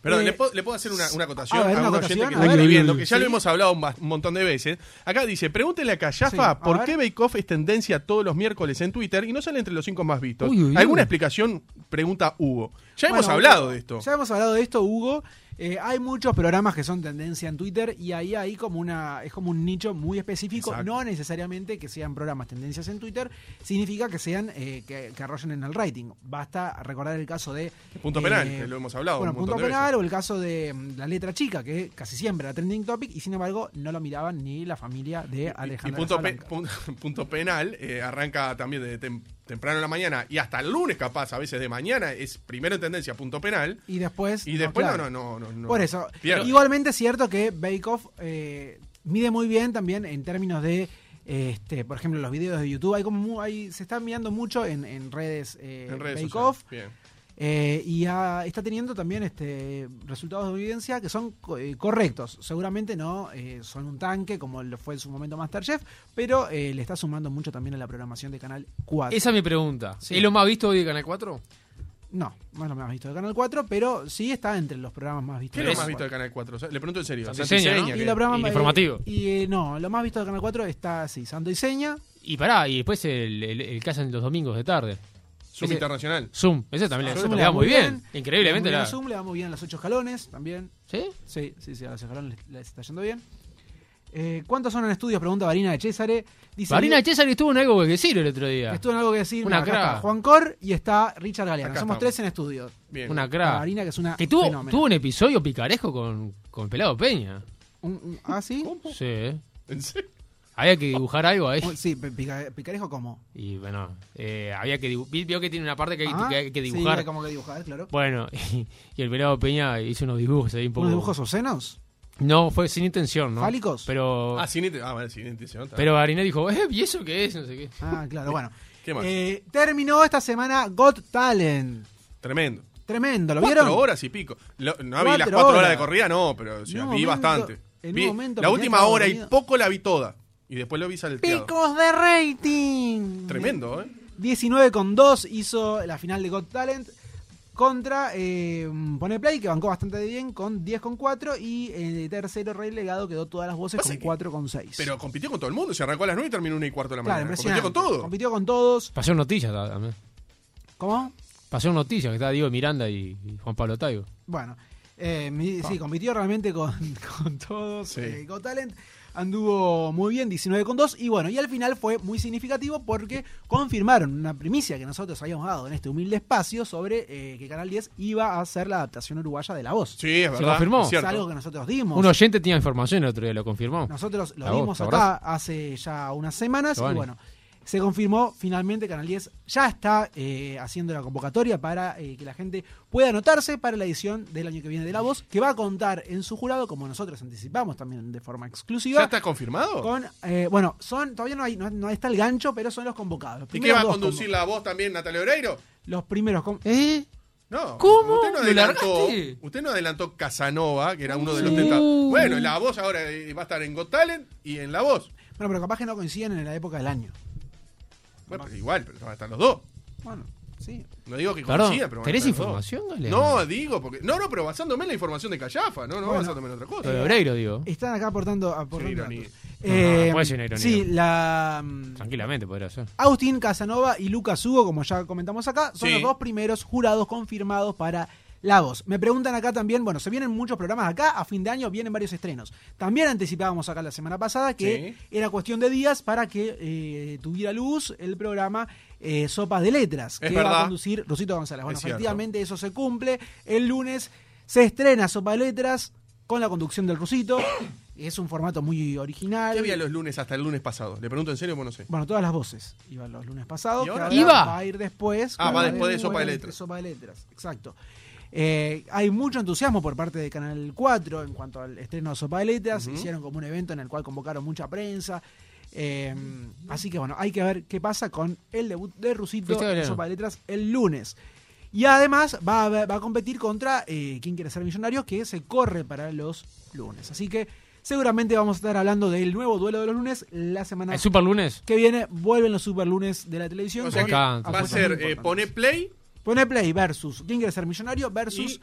[SPEAKER 2] Perdón,
[SPEAKER 3] Eh,
[SPEAKER 2] ¿le, puedo, le puedo hacer una, una acotación
[SPEAKER 3] a ver,
[SPEAKER 2] a,
[SPEAKER 3] una
[SPEAKER 2] un oyente
[SPEAKER 3] acotación,
[SPEAKER 2] que
[SPEAKER 3] a
[SPEAKER 2] nos está
[SPEAKER 3] ver.
[SPEAKER 2] escribiendo, que ya lo
[SPEAKER 3] Sí.
[SPEAKER 2] hemos hablado un, ba- un montón de veces? Acá dice, pregúntele a
[SPEAKER 3] Sí,
[SPEAKER 2] Callafa
[SPEAKER 3] a
[SPEAKER 2] por
[SPEAKER 3] ver.
[SPEAKER 2] qué Bake Off es tendencia todos los miércoles en Twitter y no sale entre los cinco más vistos.
[SPEAKER 4] Uy, uy, uy.
[SPEAKER 2] ¿Alguna explicación? Pregunta Hugo. Ya hemos
[SPEAKER 3] Bueno,
[SPEAKER 2] hablado
[SPEAKER 3] Hugo,
[SPEAKER 2] de esto.
[SPEAKER 3] Ya hemos hablado de esto, Hugo. Eh, hay muchos programas que son tendencia en Twitter y ahí hay como una es como un nicho muy específico.
[SPEAKER 2] Exacto.
[SPEAKER 3] No necesariamente que sean programas tendencias en Twitter, significa que sean eh, que, que arrollen en el rating. Basta recordar el caso de
[SPEAKER 2] Punto
[SPEAKER 3] eh,
[SPEAKER 2] penal, que lo hemos hablado
[SPEAKER 3] Bueno,
[SPEAKER 2] un montón
[SPEAKER 3] punto
[SPEAKER 2] de
[SPEAKER 3] penal
[SPEAKER 2] veces.
[SPEAKER 3] o el caso de mm, la letra chica, que casi siempre era trending topic y sin embargo no lo miraban ni la familia de
[SPEAKER 2] Y
[SPEAKER 3] Alejandro.
[SPEAKER 2] punto, pe- pun- punto penal eh, arranca también de tem- temprano en la mañana y hasta el lunes capaz, a veces de mañana, es primero en tendencia punto penal.
[SPEAKER 3] y después
[SPEAKER 2] Y después
[SPEAKER 3] claro.
[SPEAKER 2] no, no, no, no, no.
[SPEAKER 3] Por eso.
[SPEAKER 2] Pierde.
[SPEAKER 3] Igualmente es cierto que Bake Off eh, mide muy bien también en términos de, este, por ejemplo, los videos de YouTube. Hay como mu- hay, se está mirando mucho en, en redes, eh,
[SPEAKER 2] en redes
[SPEAKER 3] Bake
[SPEAKER 2] sociales.
[SPEAKER 3] Off.
[SPEAKER 2] Bien.
[SPEAKER 3] eh, y ha- está teniendo también este, resultados de audiencia que son co- eh, correctos. Seguramente no eh, son un tanque como lo fue en su momento Masterchef, pero eh, le está sumando mucho también a la programación de Canal 4.
[SPEAKER 4] Esa es mi pregunta.
[SPEAKER 3] Sí.
[SPEAKER 4] ¿Es lo más visto hoy de Canal 4?
[SPEAKER 3] No, no es lo más visto de Canal 4, pero sí está entre los programas más vistos.
[SPEAKER 2] ¿Qué es lo
[SPEAKER 3] de
[SPEAKER 2] más
[SPEAKER 3] Canal
[SPEAKER 2] visto
[SPEAKER 3] 4.
[SPEAKER 2] de Canal 4? O sea, Le pregunto en serio.
[SPEAKER 4] Santi
[SPEAKER 2] Santi
[SPEAKER 4] Seña, ¿no?
[SPEAKER 2] Seña,
[SPEAKER 3] Y
[SPEAKER 2] que-
[SPEAKER 3] los programas
[SPEAKER 4] y
[SPEAKER 3] más-
[SPEAKER 4] informativo.
[SPEAKER 3] Y, eh, no, lo más visto de Canal 4 está así, Santo y Seña.
[SPEAKER 4] Y pará, y después el, el, el que hacen los domingos de tarde.
[SPEAKER 2] Zoom
[SPEAKER 4] Ese-
[SPEAKER 2] Internacional.
[SPEAKER 4] Zoom. Ese también
[SPEAKER 3] A
[SPEAKER 4] le-
[SPEAKER 3] Ah, Zoom
[SPEAKER 4] le
[SPEAKER 3] va
[SPEAKER 4] da muy bien. Increíblemente.
[SPEAKER 3] Le da muy bien a
[SPEAKER 4] La...
[SPEAKER 3] Zoom le da muy bien a los ocho escalones también.
[SPEAKER 4] ¿Sí?
[SPEAKER 3] Sí, sí, sí, a los escalones les, les está yendo bien. Eh, ¿Cuántos son en estudios? Pregunta Varina de Césare. Dice
[SPEAKER 4] Marina
[SPEAKER 3] que-
[SPEAKER 4] César estuvo en algo que decir el otro
[SPEAKER 3] que
[SPEAKER 4] día.
[SPEAKER 3] estuvo en algo que decir.
[SPEAKER 4] Una
[SPEAKER 3] acá
[SPEAKER 4] crack.
[SPEAKER 3] está Juan Cor y está Richard Galeano.
[SPEAKER 2] Acá
[SPEAKER 3] Somos
[SPEAKER 2] estamos.
[SPEAKER 3] tres en estudios.
[SPEAKER 2] Bien.
[SPEAKER 4] Una crack.
[SPEAKER 3] Varina, que es una.
[SPEAKER 4] Que tuvo,
[SPEAKER 3] fenómeno.
[SPEAKER 4] tuvo un episodio picaresco con, con Pelado Peña.
[SPEAKER 3] Un- un- ¿Ah, sí?
[SPEAKER 4] Sí.
[SPEAKER 2] ¿En serio?
[SPEAKER 4] Había que dibujar algo ahí.
[SPEAKER 3] Un- Pues, Sí, pe- pica- picarejo como.
[SPEAKER 4] Y bueno, eh, había que dibujar. Vio que tiene una parte que hay,
[SPEAKER 3] Ah,
[SPEAKER 4] que, hay que
[SPEAKER 3] sí,
[SPEAKER 4] dibujar.
[SPEAKER 3] hay como que dibujar, claro.
[SPEAKER 4] Bueno, y, el Pelado Peña hizo unos dibujos ahí un poco.
[SPEAKER 3] ¿Unos dibujos obscenos?
[SPEAKER 4] No, fue sin intención, ¿no?
[SPEAKER 3] ¿Fálicos?
[SPEAKER 4] Pero,
[SPEAKER 2] Ah, sin inten- Ah, bueno, sin intención. está.
[SPEAKER 4] pero Barina dijo, eh, ¿y eso qué es? No sé qué.
[SPEAKER 3] Ah, claro, bueno.
[SPEAKER 2] ¿Qué más?
[SPEAKER 3] Eh, terminó esta semana Got Talent.
[SPEAKER 2] Tremendo.
[SPEAKER 3] Tremendo, ¿lo
[SPEAKER 2] Cuatro
[SPEAKER 3] vieron?
[SPEAKER 2] horas y pico. Lo- no vi las
[SPEAKER 3] Cuatro
[SPEAKER 2] cuatro horas de
[SPEAKER 3] horas.
[SPEAKER 2] corrida, no, pero o sea,
[SPEAKER 3] En un
[SPEAKER 2] vi
[SPEAKER 3] momento-
[SPEAKER 2] bastante.
[SPEAKER 3] en un
[SPEAKER 2] Vi-
[SPEAKER 3] momento
[SPEAKER 2] la
[SPEAKER 3] me
[SPEAKER 2] última
[SPEAKER 3] quedé
[SPEAKER 2] hora y
[SPEAKER 3] dormido.
[SPEAKER 2] poco la vi toda. Y después lo vi salteado.
[SPEAKER 3] Picos de rating.
[SPEAKER 2] Tremendo, ¿eh?
[SPEAKER 3] 19 con 2 hizo la final de Got Talent contra eh, Pone Play, que bancó bastante bien con 10 con 4 y eh, de tercero relegado quedó todas las voces
[SPEAKER 2] Pasa
[SPEAKER 3] con
[SPEAKER 2] que-
[SPEAKER 3] 4 con 6.
[SPEAKER 2] Pero compitió con todo el mundo. Se arrancó a las 9 y terminó una y cuarto de la
[SPEAKER 3] claro,
[SPEAKER 2] mañana. Compitió
[SPEAKER 3] impresionante.
[SPEAKER 2] con todo.
[SPEAKER 3] Compitió con todos.
[SPEAKER 4] Pasó noticias ta- también.
[SPEAKER 3] ¿Cómo?
[SPEAKER 4] Pasó noticias que estaba Diego Miranda y, y Juan Pablo Taigo.
[SPEAKER 3] Bueno, eh, mi- sí, compitió realmente con, con todos.
[SPEAKER 2] Sí.
[SPEAKER 3] eh, Got Talent anduvo muy bien, 19 con 2. Y bueno, y al final fue muy significativo porque confirmaron una primicia que nosotros habíamos dado en este humilde espacio sobre eh, que Canal 10 iba a hacer la adaptación uruguaya de La Voz.
[SPEAKER 2] Sí, es
[SPEAKER 4] Se
[SPEAKER 2] verdad.
[SPEAKER 4] confirmó.
[SPEAKER 2] es
[SPEAKER 3] es
[SPEAKER 2] cierto.
[SPEAKER 3] algo que nosotros dimos.
[SPEAKER 4] Un oyente tenía información el otro día, lo confirmó.
[SPEAKER 3] Nosotros lo
[SPEAKER 4] La Voz,
[SPEAKER 3] dimos
[SPEAKER 4] ¿te
[SPEAKER 3] acá hace ya unas semanas
[SPEAKER 4] Giovanni.
[SPEAKER 3] y bueno, se confirmó finalmente Canal 10 ya está eh, haciendo la convocatoria para eh, que la gente pueda anotarse para la edición del año que viene de La Voz, que va a contar en su jurado, como nosotros anticipamos también de forma exclusiva.
[SPEAKER 2] ¿Ya está confirmado?
[SPEAKER 3] Con, eh, bueno, son todavía no, hay, no, no está el gancho, pero son los convocados. Los
[SPEAKER 2] ¿Y qué va
[SPEAKER 3] primeros
[SPEAKER 2] a
[SPEAKER 3] dos
[SPEAKER 2] conducir la voz también Natalia Oreiro?
[SPEAKER 3] convo- Los primeros. con-
[SPEAKER 4] ¿Eh?
[SPEAKER 2] No.
[SPEAKER 4] ¿Cómo?
[SPEAKER 2] Usted no
[SPEAKER 4] ¿Lo
[SPEAKER 2] adelantó,
[SPEAKER 4] largaste?
[SPEAKER 2] usted no adelantó Casanova, que era uno de los
[SPEAKER 4] Sí.
[SPEAKER 2] tenta- Bueno, la voz ahora eh, va a estar en Got Talent y en la voz.
[SPEAKER 3] Bueno, pero capaz que no coinciden en la época del año.
[SPEAKER 2] Bueno, pero igual, pero van a estar los dos.
[SPEAKER 3] Bueno, Sí.
[SPEAKER 2] No digo que
[SPEAKER 4] Perdón,
[SPEAKER 2] coincida, pero. van a
[SPEAKER 4] ¿tenés
[SPEAKER 2] estar los dos.
[SPEAKER 4] información, Galeano?
[SPEAKER 2] No, digo, porque. No, no, pero basándome en la información de Callafa, no, no
[SPEAKER 3] Bueno.
[SPEAKER 2] basándome en otra cosa.
[SPEAKER 4] Lo de Obreiro, digo.
[SPEAKER 3] Están acá aportando.
[SPEAKER 2] Una
[SPEAKER 3] aportando
[SPEAKER 2] ironía.
[SPEAKER 3] datos.
[SPEAKER 4] No,
[SPEAKER 3] Eh,
[SPEAKER 4] no, puede ser una ironía.
[SPEAKER 3] Sí, la. mm,
[SPEAKER 4] Tranquilamente podría ser.
[SPEAKER 3] Agustín Casanova y Lucas Hugo, como ya comentamos acá, son
[SPEAKER 2] Sí.
[SPEAKER 3] los dos primeros jurados confirmados para La Voz. Me preguntan acá también, bueno, se vienen muchos programas acá, a fin de año vienen varios estrenos. También anticipábamos acá la semana pasada que era cuestión de días para que eh, tuviera luz el programa eh, Sopas de Letras,
[SPEAKER 2] Es
[SPEAKER 3] que va
[SPEAKER 2] verdad.
[SPEAKER 3] a conducir Rosito González. Bueno,
[SPEAKER 2] Es cierto.
[SPEAKER 3] efectivamente eso se cumple. El lunes se estrena Sopa de Letras con la conducción del Rusito. Es un formato muy original.
[SPEAKER 2] ¿Qué había los lunes hasta el lunes pasado? Le pregunto en serio porque no sé.
[SPEAKER 3] Bueno, todas las voces. Iba los lunes pasados.
[SPEAKER 2] ¿Y ahora?
[SPEAKER 3] que ahora
[SPEAKER 4] ¿Iba?
[SPEAKER 3] Va a ir después.
[SPEAKER 2] Ah,
[SPEAKER 3] Claro,
[SPEAKER 2] va después de Sopa de
[SPEAKER 3] va a ir
[SPEAKER 2] Letras.
[SPEAKER 3] Sopa de Letras, exacto. Eh, hay mucho entusiasmo por parte de Canal 4 en cuanto al estreno de Sopa de Letras. Hicieron como un evento en el cual convocaron mucha prensa. Eh, así que bueno, hay que ver qué pasa con el debut de Rusito
[SPEAKER 4] Fuiste,
[SPEAKER 3] en
[SPEAKER 4] Galeano.
[SPEAKER 3] Sopa de Letras el lunes. Y además va a, haber- va a competir contra eh, Quién quiere ser millonario, que se corre para los lunes. Así que seguramente vamos a estar hablando del nuevo duelo de los lunes la semana
[SPEAKER 4] ¿El Super Lunes?
[SPEAKER 3] que viene vuelven los superlunes de la televisión.
[SPEAKER 2] O sea
[SPEAKER 3] con
[SPEAKER 2] que
[SPEAKER 4] encanta.
[SPEAKER 2] va a
[SPEAKER 3] apuestas
[SPEAKER 2] ser
[SPEAKER 3] muy
[SPEAKER 2] eh,
[SPEAKER 3] importantes.
[SPEAKER 2] pone play.
[SPEAKER 3] Pone play versus ¿Quién quiere ser millonario? versus
[SPEAKER 2] Y-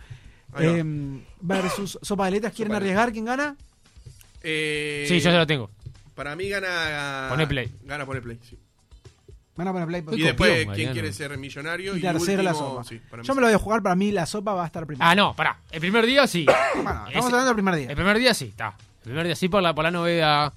[SPEAKER 2] ahí va.
[SPEAKER 3] em, versus Sopa de Letras. ¿Quieren
[SPEAKER 2] Sopa de
[SPEAKER 3] arriesgar quién gana?
[SPEAKER 2] eh,
[SPEAKER 4] Sí, yo se lo tengo.
[SPEAKER 2] Para mí gana.
[SPEAKER 4] Pone play.
[SPEAKER 2] Gana pone play, sí.
[SPEAKER 3] Van a poner play. por-
[SPEAKER 2] Y
[SPEAKER 4] copión,
[SPEAKER 2] después, ¿quién
[SPEAKER 4] Mariano.
[SPEAKER 2] quiere ser millonario?
[SPEAKER 3] y
[SPEAKER 2] Y,
[SPEAKER 3] tercero
[SPEAKER 2] último,
[SPEAKER 3] la sopa.
[SPEAKER 2] sí, para mí
[SPEAKER 3] Yo
[SPEAKER 2] sí.
[SPEAKER 3] me lo voy a jugar, para mí la sopa va a estar primero.
[SPEAKER 4] Ah, no, pará. El primer día sí.
[SPEAKER 3] Bueno,
[SPEAKER 4] Ese-
[SPEAKER 3] estamos hablando del primer
[SPEAKER 4] El
[SPEAKER 3] día.
[SPEAKER 4] primer día sí, está. El primer día sí por la, por la novedad.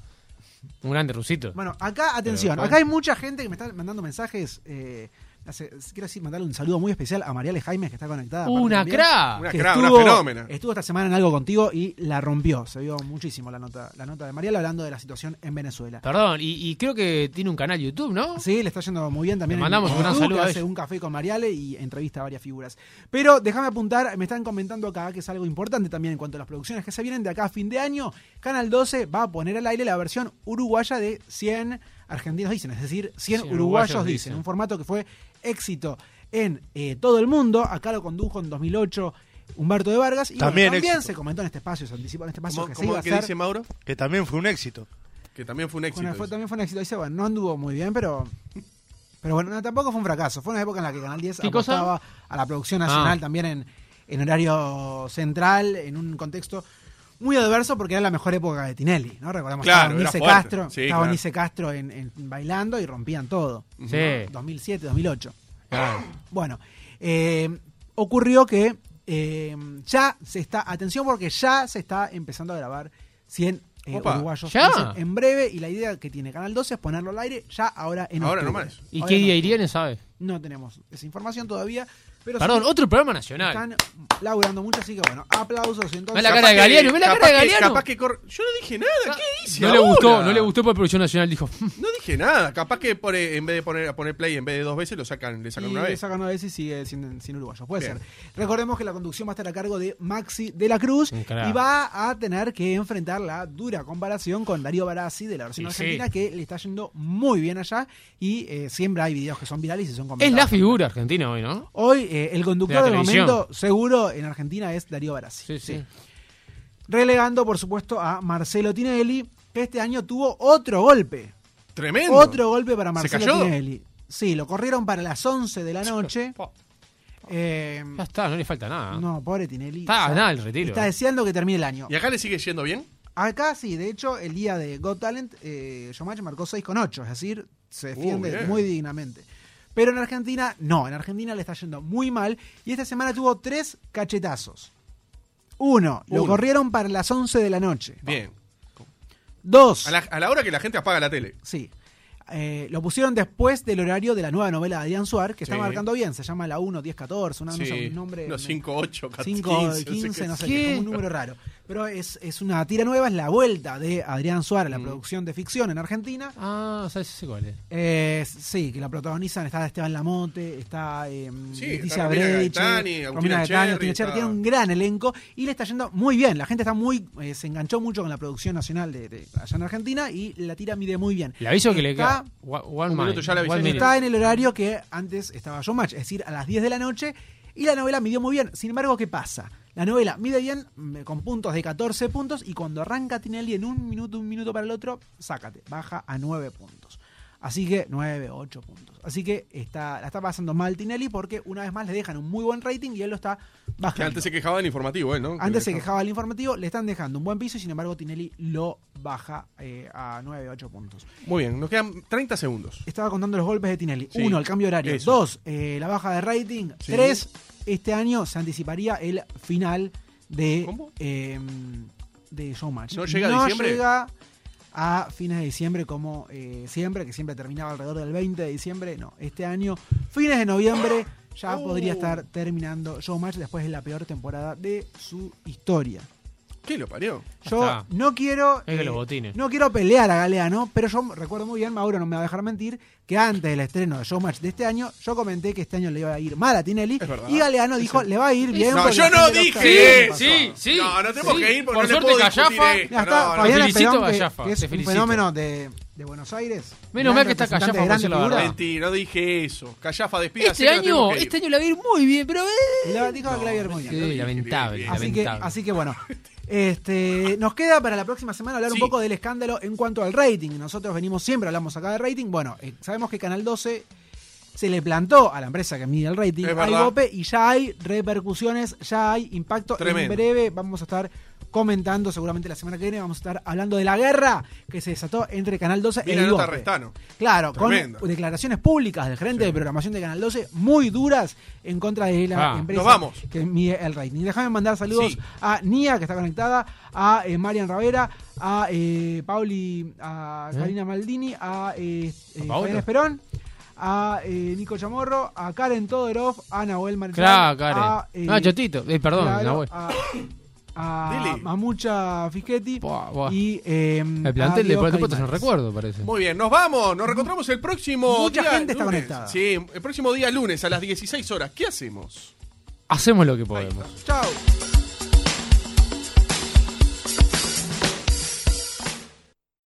[SPEAKER 4] Un grande rusito.
[SPEAKER 3] Bueno, acá, atención,
[SPEAKER 4] Pero-
[SPEAKER 3] acá hay mucha gente que me está mandando mensajes. eh, hace- quiero decir, mandarle un saludo muy especial a Mariale Jaime, que está conectada. aparte
[SPEAKER 4] una
[SPEAKER 3] también,
[SPEAKER 4] cra.
[SPEAKER 2] Una
[SPEAKER 3] que
[SPEAKER 2] cra, una fenómena.
[SPEAKER 3] Estuvo esta semana en algo contigo y la rompió. Se vio muchísimo la nota, la nota de Mariale hablando de la situación en Venezuela.
[SPEAKER 4] Perdón, y, y creo que tiene un canal YouTube, ¿no?
[SPEAKER 3] Sí, le está yendo muy bien también.
[SPEAKER 4] Le
[SPEAKER 3] en
[SPEAKER 4] mandamos un gran
[SPEAKER 3] YouTube,
[SPEAKER 4] saludo
[SPEAKER 3] que
[SPEAKER 4] a
[SPEAKER 3] hace
[SPEAKER 4] ella.
[SPEAKER 3] un café con Mariale y entrevista a varias figuras. Pero déjame apuntar, me están comentando acá que es algo importante también en cuanto a las producciones que se vienen de acá a fin de año. Canal 12 va a poner al aire la versión uruguaya de 100 argentinos dicen, es decir, 100
[SPEAKER 4] 100
[SPEAKER 3] uruguayos,
[SPEAKER 4] uruguayos
[SPEAKER 3] dicen.
[SPEAKER 4] dicen.
[SPEAKER 3] Un formato que fue éxito en eh, todo el mundo. Acá lo condujo en 2008 Humberto de Vargas. Y bueno,
[SPEAKER 5] También
[SPEAKER 3] también
[SPEAKER 5] éxito.
[SPEAKER 3] se comentó en este espacio, se anticipó en este espacio
[SPEAKER 2] ¿Cómo,
[SPEAKER 3] que se
[SPEAKER 2] cómo
[SPEAKER 3] iba a
[SPEAKER 2] que
[SPEAKER 3] hacer.
[SPEAKER 2] dice Mauro?
[SPEAKER 5] Que también fue un éxito.
[SPEAKER 2] Que también fue un éxito.
[SPEAKER 3] Bueno, fue- también fue un éxito. Dice, bueno, no anduvo muy bien, pero. Pero bueno, no, tampoco fue un fracaso. Fue una época en la que Canal 10
[SPEAKER 4] ¿Qué cosa?
[SPEAKER 3] apostaba a la producción nacional
[SPEAKER 4] Ah.
[SPEAKER 3] también en, en horario central, en un contexto muy adverso, porque era la mejor época de Tinelli, ¿no? Recordamos
[SPEAKER 2] Claro,
[SPEAKER 3] estaba
[SPEAKER 2] era
[SPEAKER 3] Nice
[SPEAKER 2] fuerte.
[SPEAKER 3] Castro,
[SPEAKER 2] Sí,
[SPEAKER 3] estaba
[SPEAKER 2] claro.
[SPEAKER 3] Nice Castro en, en bailando y rompían todo.
[SPEAKER 4] Sí. Ah.
[SPEAKER 3] 2007, 2008.
[SPEAKER 4] Claro.
[SPEAKER 3] Bueno, eh, ocurrió que eh, ya se está, atención porque ya se está empezando a grabar 100 eh,
[SPEAKER 2] Opa,
[SPEAKER 3] uruguayos
[SPEAKER 4] ¿ya?
[SPEAKER 3] Dicen en breve y la idea que tiene Canal 12 es ponerlo al aire ya ahora en
[SPEAKER 2] Ahora
[SPEAKER 3] octubre.
[SPEAKER 2] nomás.
[SPEAKER 4] ¿Y
[SPEAKER 3] Ahora
[SPEAKER 4] qué
[SPEAKER 3] en
[SPEAKER 4] día
[SPEAKER 3] octubre.
[SPEAKER 4] irían? ¿Sabe?
[SPEAKER 3] No tenemos esa información todavía, pero
[SPEAKER 4] Perdón,
[SPEAKER 3] sí
[SPEAKER 4] otro programa nacional.
[SPEAKER 3] están laburando mucho, así que bueno, aplausos y entonces.
[SPEAKER 4] la
[SPEAKER 2] Capaz
[SPEAKER 4] cara de
[SPEAKER 2] que-
[SPEAKER 4] Galeano, ve la
[SPEAKER 2] capaz
[SPEAKER 4] cara de
[SPEAKER 2] que-
[SPEAKER 4] Galeano. Ah,
[SPEAKER 2] Capaz que cor- Yo no dije nada, ¿qué dice?
[SPEAKER 4] No le
[SPEAKER 2] ahora?
[SPEAKER 4] gustó, no le gustó por Producción Nacional, dijo. "Mm,
[SPEAKER 2] No dije nada, capaz que pone- en vez de poner, a poner play en vez de dos veces, lo sacan, le sacan
[SPEAKER 3] y
[SPEAKER 2] una
[SPEAKER 3] le
[SPEAKER 2] vez.
[SPEAKER 3] sacan una vez y sigue sin, sin uruguayos. Puede
[SPEAKER 2] Bien.
[SPEAKER 3] ser. Recordemos que la conducción va a estar a cargo de Maxi de la Cruz
[SPEAKER 4] Un crack.
[SPEAKER 3] y va a tener que enfrentar la dura comparación con Darío Barassi de la versión
[SPEAKER 4] Y
[SPEAKER 3] argentina
[SPEAKER 4] sí.
[SPEAKER 3] que le está yendo muy bien allá y eh, siempre hay videos que son virales y son
[SPEAKER 4] Es
[SPEAKER 3] comentados.
[SPEAKER 4] la figura argentina hoy, ¿no?
[SPEAKER 3] Hoy eh, el
[SPEAKER 4] De
[SPEAKER 3] conductor
[SPEAKER 4] la
[SPEAKER 3] del
[SPEAKER 4] televisión.
[SPEAKER 3] momento seguro en Argentina es Darío Barassi.
[SPEAKER 4] Sí, sí.
[SPEAKER 3] Relegando por supuesto a Marcelo Tinelli que este año tuvo otro golpe.
[SPEAKER 2] Tremendo.
[SPEAKER 3] Otro golpe para Marcelo
[SPEAKER 2] cayó?
[SPEAKER 3] Tinelli. Sí, lo corrieron para las 11 de la noche. Eh,
[SPEAKER 4] Ya está, no le falta nada.
[SPEAKER 3] no, pobre Tinelli.
[SPEAKER 4] Está,
[SPEAKER 3] Ya
[SPEAKER 4] nada, el retiro.
[SPEAKER 3] Está deseando que termine el año.
[SPEAKER 2] ¿Y acá le sigue yendo bien?
[SPEAKER 3] Acá sí, de hecho, el día de Got Talent, eh, Yomach marcó 6,8, es decir, se
[SPEAKER 2] Uh,
[SPEAKER 3] defiende
[SPEAKER 2] bien.
[SPEAKER 3] muy dignamente. Pero en Argentina, no, en Argentina le está yendo muy mal y esta semana tuvo tres cachetazos. Uno, lo
[SPEAKER 2] Uno.
[SPEAKER 3] corrieron para las 11 de la noche.
[SPEAKER 2] Bien.
[SPEAKER 3] Dos,
[SPEAKER 2] A la, a la hora que la gente apaga la tele.
[SPEAKER 3] sí, eh, lo pusieron después del horario de la nueva novela de Adrián Suárez, que está
[SPEAKER 2] Sí.
[SPEAKER 3] marcando bien, se llama la 1, 10, 14, una, Ah, no sé,
[SPEAKER 2] Sí.
[SPEAKER 3] un nombre...
[SPEAKER 2] No,
[SPEAKER 3] me-
[SPEAKER 2] 5, 8, 14,
[SPEAKER 3] 5, 15, no sé, qué, como un número raro. Pero es, es una tira nueva, es la vuelta de Adrián Suárez, a la producción de ficción en Argentina.
[SPEAKER 4] Ah, ¿sabes ese cuál es?
[SPEAKER 3] Eh, sí, que la protagonizan, está Esteban Lamote, está eh,
[SPEAKER 2] Sí,
[SPEAKER 3] Leticia
[SPEAKER 2] está Romina
[SPEAKER 3] Brecht,
[SPEAKER 2] Gaetani, Agustina
[SPEAKER 3] Romina Gaetani,
[SPEAKER 2] Cherry,
[SPEAKER 3] Agustina Cherry,
[SPEAKER 2] está-
[SPEAKER 3] tiene un gran elenco y le está yendo muy bien. La gente está muy, eh, se enganchó mucho con la producción nacional de, de allá en Argentina y la tira mide muy bien.
[SPEAKER 4] Le aviso que le
[SPEAKER 3] Está-
[SPEAKER 4] queda. One, one
[SPEAKER 2] Un minuto,
[SPEAKER 4] minute,
[SPEAKER 2] ya le avisé.
[SPEAKER 4] one minute.
[SPEAKER 3] Está en el horario que antes estaba Showmatch, es decir, a las 10 de la noche. Y la novela midió muy bien. Sin embargo, ¿qué pasa? La novela mide bien, mm, con puntos de 14 puntos, y cuando arranca Tinelli en un minuto, un minuto para el otro, sácate, baja a 9 puntos. Así que 9, 8 puntos. Así que está, la está pasando mal Tinelli porque una vez más le dejan un muy buen rating y él lo está bajando.
[SPEAKER 2] Que antes se quejaba del informativo, él, ¿no?
[SPEAKER 3] Antes se quejaba el informativo, le están dejando un buen piso y sin embargo Tinelli lo baja eh, a 9, 8 puntos.
[SPEAKER 2] Muy bien, nos quedan 30 segundos.
[SPEAKER 3] Estaba contando los golpes de Tinelli.
[SPEAKER 2] Sí,
[SPEAKER 3] Uno, el cambio horario.
[SPEAKER 2] eso.
[SPEAKER 3] Dos, eh, la baja de rating.
[SPEAKER 2] Sí.
[SPEAKER 3] Tres, este año se anticiparía el final de, eh, de Showmatch.
[SPEAKER 2] ¿No llega a diciembre?
[SPEAKER 3] llega a fines de diciembre como eh, siempre, que siempre terminaba alrededor del 20 de diciembre. No, este año, fines de noviembre, ya
[SPEAKER 2] Oh.
[SPEAKER 3] podría estar terminando Showmatch después de la peor temporada de su historia.
[SPEAKER 2] ¿Qué lo parió?
[SPEAKER 3] Yo
[SPEAKER 4] está.
[SPEAKER 3] no quiero.
[SPEAKER 4] Es que
[SPEAKER 3] eh,
[SPEAKER 4] los botines.
[SPEAKER 3] No quiero pelear a Galeano, pero yo recuerdo muy bien, Mauro no me va a dejar mentir, que antes del estreno de Showmatch de este año, yo comenté que este año le iba a ir mal a Tinelli.
[SPEAKER 2] Es verdad.
[SPEAKER 3] Y Galeano dijo, le va a ir bien.
[SPEAKER 2] No,
[SPEAKER 3] porque
[SPEAKER 2] yo
[SPEAKER 3] la
[SPEAKER 2] no
[SPEAKER 3] gente lo
[SPEAKER 2] dije.
[SPEAKER 3] está
[SPEAKER 4] Sí,
[SPEAKER 3] viendo.
[SPEAKER 4] sí, sí.
[SPEAKER 2] No, no tenemos
[SPEAKER 4] Sí.
[SPEAKER 2] que ir porque no
[SPEAKER 4] Por
[SPEAKER 2] le
[SPEAKER 4] suerte,
[SPEAKER 2] puedo discutir
[SPEAKER 4] Callafa.
[SPEAKER 2] esto.
[SPEAKER 3] Ya está,
[SPEAKER 2] No, no,
[SPEAKER 3] Fabián
[SPEAKER 4] te felicito,
[SPEAKER 3] Esperón, que-
[SPEAKER 4] Gallafa,
[SPEAKER 3] que es
[SPEAKER 4] te
[SPEAKER 3] un
[SPEAKER 4] felicito.
[SPEAKER 3] fenómeno de, de Buenos Aires. gran
[SPEAKER 4] Menos mal que está
[SPEAKER 3] representante
[SPEAKER 4] Gallafa,
[SPEAKER 3] de
[SPEAKER 4] por decir la
[SPEAKER 3] grandes
[SPEAKER 4] verdad.
[SPEAKER 3] figuras.
[SPEAKER 2] Mentira, no dije eso. Callafa, despídase.
[SPEAKER 4] Este
[SPEAKER 2] que nos
[SPEAKER 4] año,
[SPEAKER 2] tenemos que ir.
[SPEAKER 4] este año le va a ir muy bien, pero... eh,
[SPEAKER 3] Le dijo que le iba a ir muy bien.
[SPEAKER 4] qué lamentable,
[SPEAKER 3] Así que,
[SPEAKER 4] lamentable.
[SPEAKER 3] así que bueno. Este, nos queda para la próxima semana hablar
[SPEAKER 2] Sí.
[SPEAKER 3] un poco del escándalo en cuanto al rating. Nosotros venimos siempre, hablamos acá de rating. Bueno, eh, sabemos que Canal 12 se le plantó a la empresa que mide el rating,
[SPEAKER 2] Es
[SPEAKER 3] a
[SPEAKER 2] verdad.
[SPEAKER 3] IGOPE, y ya hay repercusiones, ya hay impacto. En
[SPEAKER 2] Tremendo.
[SPEAKER 3] breve vamos a estar comentando, seguramente la semana que viene vamos a estar hablando de la guerra que se desató entre Canal 12
[SPEAKER 2] Mira,
[SPEAKER 3] e
[SPEAKER 2] nota
[SPEAKER 3] IGOPE.
[SPEAKER 2] Restano.
[SPEAKER 3] Claro,
[SPEAKER 2] Tremendo.
[SPEAKER 3] con declaraciones públicas del gerente de programación de Canal 12 muy duras en contra de la
[SPEAKER 4] Ah,
[SPEAKER 3] empresa
[SPEAKER 2] nos vamos.
[SPEAKER 3] que mide el rating. Déjame mandar saludos
[SPEAKER 2] Sí.
[SPEAKER 3] a Nia, que está conectada, a eh, Marian Ravera, a eh, Pauli, a
[SPEAKER 4] ¿Eh?
[SPEAKER 3] Karina Maldini, a, eh, eh,
[SPEAKER 4] ¿A Paola?
[SPEAKER 3] Fabián Esperón. A eh, Nico Chamorro, a Karen Todorov, a Nahuel Marchal,
[SPEAKER 4] Claro, Karen.
[SPEAKER 3] a, eh,
[SPEAKER 4] no, Chotito. Eh, perdón,
[SPEAKER 3] claro,
[SPEAKER 4] Nahuel.
[SPEAKER 3] a, a
[SPEAKER 2] Dile.
[SPEAKER 3] Mamucha Fischetti
[SPEAKER 4] Buah, buah.
[SPEAKER 3] y eh,
[SPEAKER 4] El plantel de
[SPEAKER 3] a
[SPEAKER 4] Puerto
[SPEAKER 3] Diego
[SPEAKER 4] Puerto no
[SPEAKER 3] Caimanes.
[SPEAKER 4] recuerdo, parece.
[SPEAKER 2] Muy bien, nos vamos. Nos reencontramos el próximo
[SPEAKER 3] Mucha
[SPEAKER 2] día
[SPEAKER 3] gente está
[SPEAKER 2] lunes.
[SPEAKER 3] conectada.
[SPEAKER 2] Sí, el próximo día lunes a las 16 horas. ¿Qué hacemos?
[SPEAKER 4] Hacemos lo que podemos.
[SPEAKER 3] Chao.